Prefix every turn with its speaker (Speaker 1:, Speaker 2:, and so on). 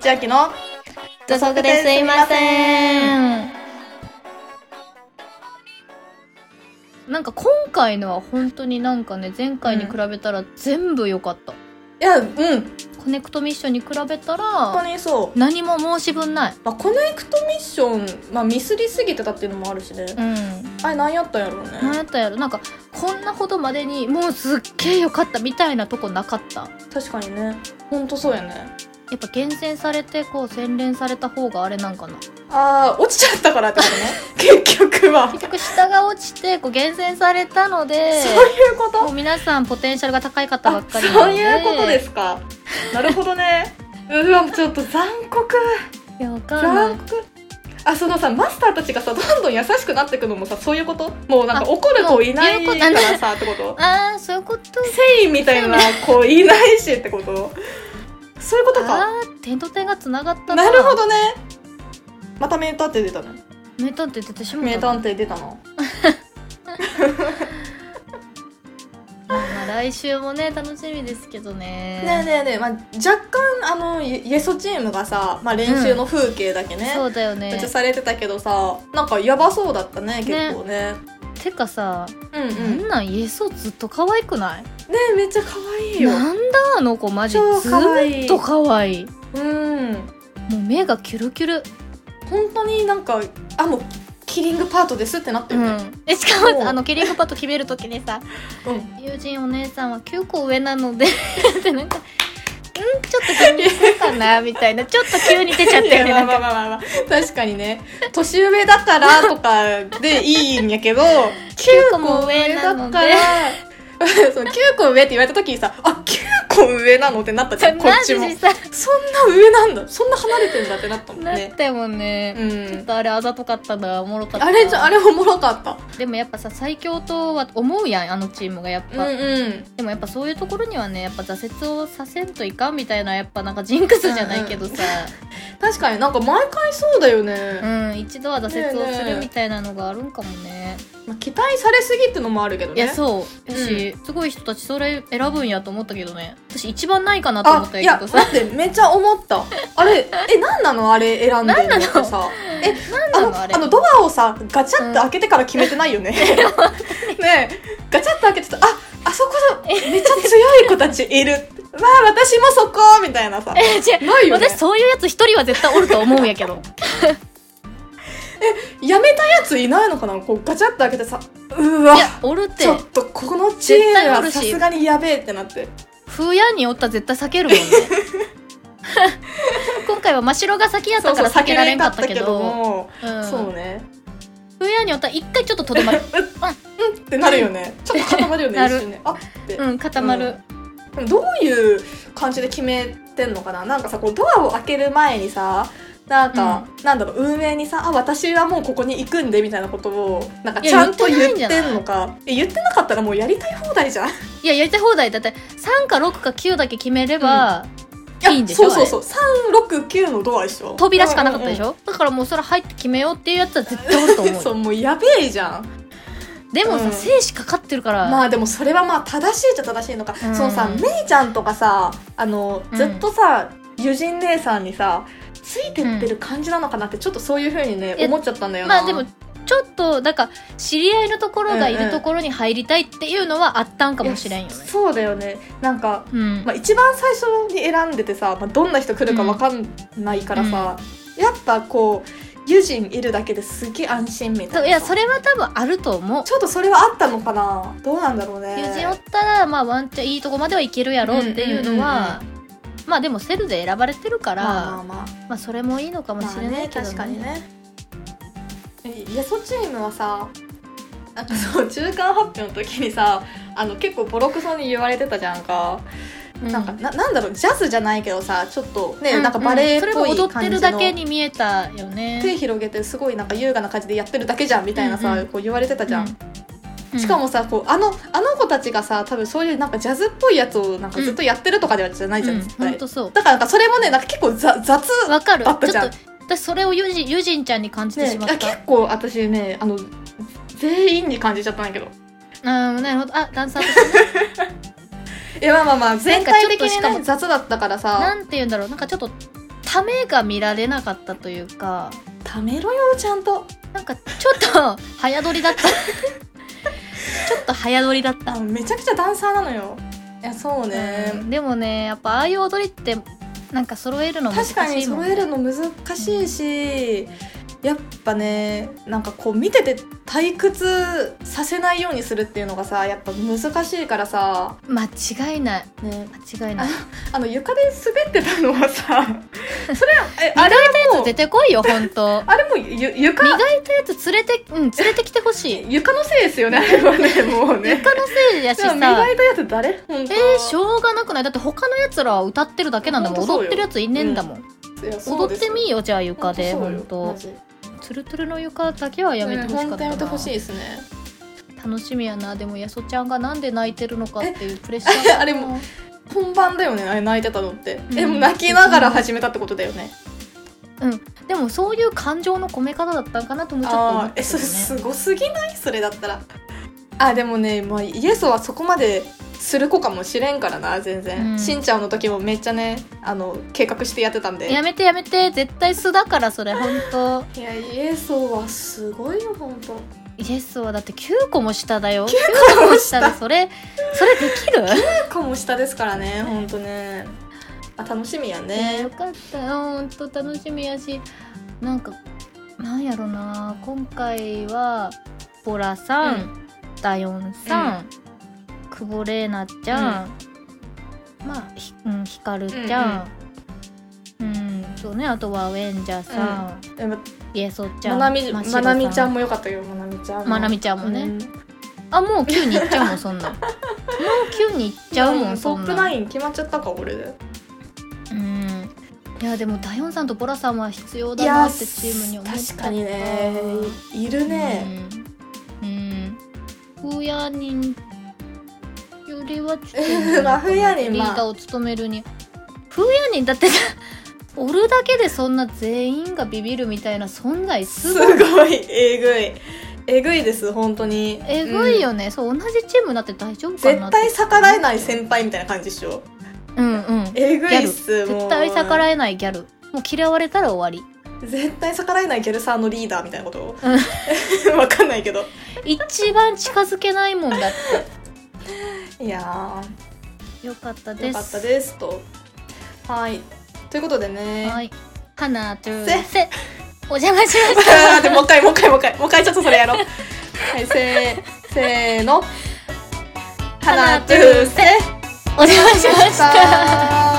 Speaker 1: 千秋の
Speaker 2: 土足ですいません。なんか今回のは本当になんかね前回に比べたら全部良かった、
Speaker 1: いやうん本
Speaker 2: コネクトミッションに比べた
Speaker 1: 当
Speaker 2: ら
Speaker 1: にそう、
Speaker 2: 何も申し分ない
Speaker 1: まあ、コネクトミッション、まあ、ミスりすぎてたっていうのもあるしね、
Speaker 2: うん
Speaker 1: あれ何やったんやろうね
Speaker 2: 何やったんやろなんかこんなほどまでにもうすっげえ良かったみたいなとこなかった
Speaker 1: 確かにねほんとそうやね
Speaker 2: やっぱ厳選されてこう洗練された方があれなんかな
Speaker 1: あー落ちちゃったからってことね 結局は
Speaker 2: 結局下が落ちてこう厳選されたの で
Speaker 1: そういうこ
Speaker 2: も
Speaker 1: と
Speaker 2: う皆さんポテンシャルが高い方ばっかりなの
Speaker 1: そういうことですかなるほどね うわちょっと残酷
Speaker 2: いやわかんない
Speaker 1: 残酷あそのさマスターたちがさどんどん優しくなっていくのもさそういうこともうなんか
Speaker 2: あ
Speaker 1: 怒る子いない
Speaker 2: もう
Speaker 1: か
Speaker 2: 言うこと
Speaker 1: らさってこと
Speaker 2: ああそういうこと
Speaker 1: 誠意みたいな子いないしってことそういうことか
Speaker 2: あー点と点がつながった
Speaker 1: なるほどねまた名探偵出たね
Speaker 2: 名探偵出てしま
Speaker 1: 名
Speaker 2: った
Speaker 1: 探偵出たの
Speaker 2: まあ来週もね楽しみですけどね
Speaker 1: ねえねえねえ、まあ、若干あのイエソチームがさ、まあ、練習の風景だけね、
Speaker 2: そうだよ
Speaker 1: め
Speaker 2: ね
Speaker 1: っちゃされてたけどさなんかやばそうだったね結
Speaker 2: ね
Speaker 1: 構ね
Speaker 2: てかさ、
Speaker 1: うんう
Speaker 2: なん
Speaker 1: ね
Speaker 2: んなんイエソずっと可愛くない
Speaker 1: えめっちゃ可愛いよ
Speaker 2: なんだあの子マジ
Speaker 1: 超
Speaker 2: ず
Speaker 1: 可愛い
Speaker 2: ーっと可愛い
Speaker 1: うん
Speaker 2: もう目がキュルキュル、
Speaker 1: 本当になんかあもうキリングパートですってなってるね、
Speaker 2: えしか
Speaker 1: そう
Speaker 2: もあのキリングパッド決める時にさ
Speaker 1: うん
Speaker 2: 友人お姉さんは9個上なので ってなんかうんちょっと気にするかなみたいなちょっと急に出ちゃったよ
Speaker 1: い
Speaker 2: ね
Speaker 1: や
Speaker 2: なん
Speaker 1: まあ
Speaker 2: か
Speaker 1: まあまあまあ、確かにね年上だからとかでいいんやけど
Speaker 2: 9個も上なので
Speaker 1: 9個上だから その9個上って言われた時にさあ9個上なのってなったじゃんこ
Speaker 2: マ
Speaker 1: っち
Speaker 2: ジ
Speaker 1: も
Speaker 2: でさ
Speaker 1: そんな上なんだそんな離れてんだってなったもん
Speaker 2: なっ
Speaker 1: ね
Speaker 2: てもね、
Speaker 1: う
Speaker 2: ちょっ
Speaker 1: ん
Speaker 2: とあれあざとかったなおもろかった
Speaker 1: あれじゃあれおもろかった
Speaker 2: でもやっぱさ最強とは思うやんあのチームがやっ
Speaker 1: うん
Speaker 2: ぱ、
Speaker 1: うん
Speaker 2: でもやっぱそういうところにはねやっぱ挫折をさせんといかんみたいなやっぱなんかジンクスじゃないけどさ、
Speaker 1: 確かになんか毎回そうだよね、
Speaker 2: うん一度は挫折をす
Speaker 1: ねえね
Speaker 2: る
Speaker 1: え
Speaker 2: みたいなのがあるんかもね
Speaker 1: まあ、期待されすぎってのもあるけど
Speaker 2: い
Speaker 1: ね
Speaker 2: やそうやし、すごい人たちそれ選ぶんやと思ったけどね私一番ないかなと思った
Speaker 1: あ
Speaker 2: ん
Speaker 1: い
Speaker 2: や
Speaker 1: や
Speaker 2: けど
Speaker 1: 待
Speaker 2: さ
Speaker 1: ってめっちゃ思ったあれえ何なのあれ選んでるのって
Speaker 2: 何
Speaker 1: さえ
Speaker 2: 何
Speaker 1: あ
Speaker 2: なの
Speaker 1: の
Speaker 2: あ
Speaker 1: あ
Speaker 2: れ
Speaker 1: のドアをさガチャって開けてから決めてないよね、 ねえガチャって開けてさああそこだめっちゃ強い子たちいるわあ私もそこみたいなさ
Speaker 2: え違う
Speaker 1: ないよね
Speaker 2: 私そういうやつ一人は絶対おると思うんやけど
Speaker 1: やめたやついないのかなこうガチャって開けてさうわ
Speaker 2: いやおるって
Speaker 1: ちょっとこのチーム
Speaker 2: 絶対お
Speaker 1: は
Speaker 2: るし
Speaker 1: さすがにやべえってなって
Speaker 2: 風やにおったら絶対避けるも んね今回は真白が先やったから避けられんかったけど
Speaker 1: も、
Speaker 2: うん
Speaker 1: そうね
Speaker 2: 風やにおったら一回ちょっととど まる
Speaker 1: ってなるよ ねちょっと固まるよね
Speaker 2: な
Speaker 1: 一
Speaker 2: る
Speaker 1: 瞬ねあって、
Speaker 2: うん固まる、
Speaker 1: でもどういう感じで決めてんのかななんかさこうドアを開ける前にさなんか、なんだろう運営にさ「あ私はもうここに行くんで」みたいなことをなんか
Speaker 2: いや
Speaker 1: ちゃんと
Speaker 2: 言
Speaker 1: 言
Speaker 2: ってないんじ
Speaker 1: っ
Speaker 2: ゃな
Speaker 1: て
Speaker 2: い
Speaker 1: んのかえ言ってなかったらもうやりたい放題じゃん
Speaker 2: いややりたい放題だって3か6か9だけ決めれば、
Speaker 1: や
Speaker 2: いいんでしょ
Speaker 1: そうそうそう369のドアでしょ
Speaker 2: 扉しかなかったでしょ、だからもうそれ入って決めようっていうやつは絶対おると
Speaker 1: うんうんうん
Speaker 2: 思う
Speaker 1: そうもうやべえじゃん
Speaker 2: でも
Speaker 1: うん
Speaker 2: さ生死かかってるから、
Speaker 1: まあでもそれはまあ正しいっちゃ正しいのか、
Speaker 2: うん
Speaker 1: そのさめいちゃんとかさあの
Speaker 2: うん
Speaker 1: ずっとさ、友人姉さんにさついてってる感じなのかなってちょっとそういうふうにね、
Speaker 2: うん
Speaker 1: 思っちゃったんだよな
Speaker 2: まあでもちょっとなんか知り合いのところがい
Speaker 1: うんう
Speaker 2: る
Speaker 1: ん
Speaker 2: ところに入りたいっていうのはあったんかもしれんよね
Speaker 1: いやそうだよねなんか、
Speaker 2: うん、
Speaker 1: まあ、一番最初に選んでてさ、まあ、どんな人来るかわかんないからさ、やっぱこう友人いるだけですげえ安心みたい
Speaker 2: そう
Speaker 1: ない
Speaker 2: やそれは多分あると思う
Speaker 1: ちょっとそれはあったのかなどうなんだろうね
Speaker 2: 友人おったらまあワンチャンいいとこまではいけるやろうっていうのは、まあでもセルで選ばれてるから、
Speaker 1: まあま
Speaker 2: ま
Speaker 1: あまあ
Speaker 2: あ、それもいいのかも
Speaker 1: ま
Speaker 2: し
Speaker 1: あ
Speaker 2: れない
Speaker 1: ね
Speaker 2: けど、ね
Speaker 1: 確かにねイエソチームはさなんかそう中間発表の時にさあの結構ボロクソに言われてたじゃんか、
Speaker 2: う
Speaker 1: なんかななんだろうジャズじゃないけどさちょっとね、
Speaker 2: う
Speaker 1: なんかバレエっぽい感じの、
Speaker 2: それも踊ってるだけに見えたよね
Speaker 1: 手広げてすごいなんか優雅な感じでやってるだけじゃんみたいなさ、
Speaker 2: うんうん
Speaker 1: こう言われてたじゃん、
Speaker 2: うん
Speaker 1: しかもさこうあのあの子たちがさ多分そういうなんかジャズっぽいやつをなんかずっとやってるとかではじゃないじゃん、
Speaker 2: うん
Speaker 1: 絶
Speaker 2: ほん
Speaker 1: 対
Speaker 2: とそう
Speaker 1: だからなんかそれもねなんか結構ざ雑
Speaker 2: わかるち
Speaker 1: あ
Speaker 2: ょ
Speaker 1: っ
Speaker 2: ったと
Speaker 1: じゃん
Speaker 2: 私それをユジユジンちゃんに感じてし
Speaker 1: ね
Speaker 2: ま
Speaker 1: あ
Speaker 2: った、
Speaker 1: 結構私ねあの全員に感じちゃったんだけど
Speaker 2: うんなるほどあダンサーとして ね
Speaker 1: いやまあまあまあ全体的
Speaker 2: なんかちょっとし
Speaker 1: に
Speaker 2: か
Speaker 1: ね
Speaker 2: も
Speaker 1: 雑だったからさ
Speaker 2: なんて言うんだろうなんかちょっとためが見られなかったというか
Speaker 1: ためろよちゃんと
Speaker 2: なんかちょっと早撮り だったちょっと早撮りだった
Speaker 1: あめちゃくちゃダンサーなのよいやそうね、
Speaker 2: うんでもねやっぱああいう踊りってなんか揃えるの難し
Speaker 1: 確かに
Speaker 2: いもん
Speaker 1: 揃えるの難しいしやっぱねなんかこう見てて退屈させないようにするっていうのがさやっぱ難しいからさ、
Speaker 2: 間違いない
Speaker 1: ね、
Speaker 2: 間違いない
Speaker 1: あの床で滑ってたのは さそれえあれはもう
Speaker 2: 出てこいよ本当
Speaker 1: あれもゆ
Speaker 2: 磨
Speaker 1: 床
Speaker 2: いたやつ連れてうん連れてきてほしい
Speaker 1: 床のせいですよねあれはねもうね
Speaker 2: 床のせいやし
Speaker 1: でも
Speaker 2: さ
Speaker 1: 磨いたやつ誰本当
Speaker 2: えー、しょうがなくないだって他のやつらは歌ってるだけなんだも
Speaker 1: ほん
Speaker 2: ん
Speaker 1: とそうよ
Speaker 2: 踊ってるやついねえんだもん、
Speaker 1: いやそう
Speaker 2: 踊
Speaker 1: で
Speaker 2: っ
Speaker 1: す
Speaker 2: て
Speaker 1: よ
Speaker 2: みようじゃあ床で
Speaker 1: ほん
Speaker 2: 本
Speaker 1: と
Speaker 2: 当
Speaker 1: そうよ
Speaker 2: つるつるの床だけはやめてほしか
Speaker 1: マジうんほんと
Speaker 2: った
Speaker 1: や
Speaker 2: な、
Speaker 1: めてほしいですね
Speaker 2: 楽しみやなでもやそちゃんがなんで泣いてるのかっていうプレッシャー
Speaker 1: え
Speaker 2: が
Speaker 1: あれも本番だよねあれ泣いてたのって、
Speaker 2: うん
Speaker 1: えもう泣きながら始めたってことだよね、
Speaker 2: でもそういう感情の込め方だったんかなともちょっと思
Speaker 1: あ
Speaker 2: っ
Speaker 1: ーえ
Speaker 2: て
Speaker 1: そすごすぎないそれだったらあでもね、まあ、イエスはそこまでする子かもしれんからな全然、
Speaker 2: うん
Speaker 1: しんちゃんの時もめっちゃねあの計画してやってたんで
Speaker 2: やめてやめて絶対素だからそれ本当
Speaker 1: いやイエスはすごいよ本当
Speaker 2: イエスはだって9個も下だよ9個も下でそれそれできる、
Speaker 1: かも下ですからね本当ねあ楽しみや
Speaker 2: ね、よ
Speaker 1: ね
Speaker 2: かったよ本当楽しみやしなんかなんやろな今回はボラさん、ダヨンさん、久保玲奈ちゃん、まあひ,、うん、ひかるちゃん、うんそうねあとはウェンジャさん、
Speaker 1: えま
Speaker 2: イエソちゃ
Speaker 1: ま
Speaker 2: ん
Speaker 1: なみ
Speaker 2: マシロ
Speaker 1: まなみちゃ
Speaker 2: さ
Speaker 1: んもよかったよまなみちゃんも
Speaker 2: まなみちゃんもね、
Speaker 1: うん
Speaker 2: あもう9に行っちゃうもん そんなんもう9に行っちゃうもんそ
Speaker 1: ト
Speaker 2: ん
Speaker 1: ッ
Speaker 2: な
Speaker 1: プ
Speaker 2: ん
Speaker 1: ナイン決まっちゃったか俺で
Speaker 2: うんいやでもダヨンさんとボラさんは必要
Speaker 1: い
Speaker 2: だ
Speaker 1: や
Speaker 2: なってチームに思った
Speaker 1: 確かにねいるね、
Speaker 2: うんうんフーヤーニンよりはちょっ
Speaker 1: え
Speaker 2: と
Speaker 1: まあフーヤニン
Speaker 2: リ
Speaker 1: ま
Speaker 2: ーダー
Speaker 1: あ
Speaker 2: を務めるにフーヤーニンだって さおるだけでそんな全員がビビるみたいな存在
Speaker 1: す
Speaker 2: すごい
Speaker 1: ごいえぐいえぐいです本当に
Speaker 2: えぐい
Speaker 1: うん
Speaker 2: よね、そう同じチームになって大丈夫かな
Speaker 1: 絶
Speaker 2: って
Speaker 1: 対逆らえない先輩みたいな感じでしょ
Speaker 2: うんうん
Speaker 1: えぐいっすもう
Speaker 2: 絶対逆らえないギャルもう嫌われたら終わ
Speaker 1: 絶対逆らえないギャルサーのリーダーみたいなこと
Speaker 2: う
Speaker 1: わかんないけど
Speaker 2: り一番近づけないも んだっ
Speaker 1: いや
Speaker 2: てよかった
Speaker 1: ー
Speaker 2: です
Speaker 1: よかったですとはいということでね
Speaker 2: はいかなと
Speaker 1: せ
Speaker 2: せお邪魔しまし
Speaker 1: あー でもう一回もう一回もう一回もう一回ちょっとそれやろう。はいせーせーの。
Speaker 2: た
Speaker 1: 花トゥーセ
Speaker 2: お邪魔しました
Speaker 1: た。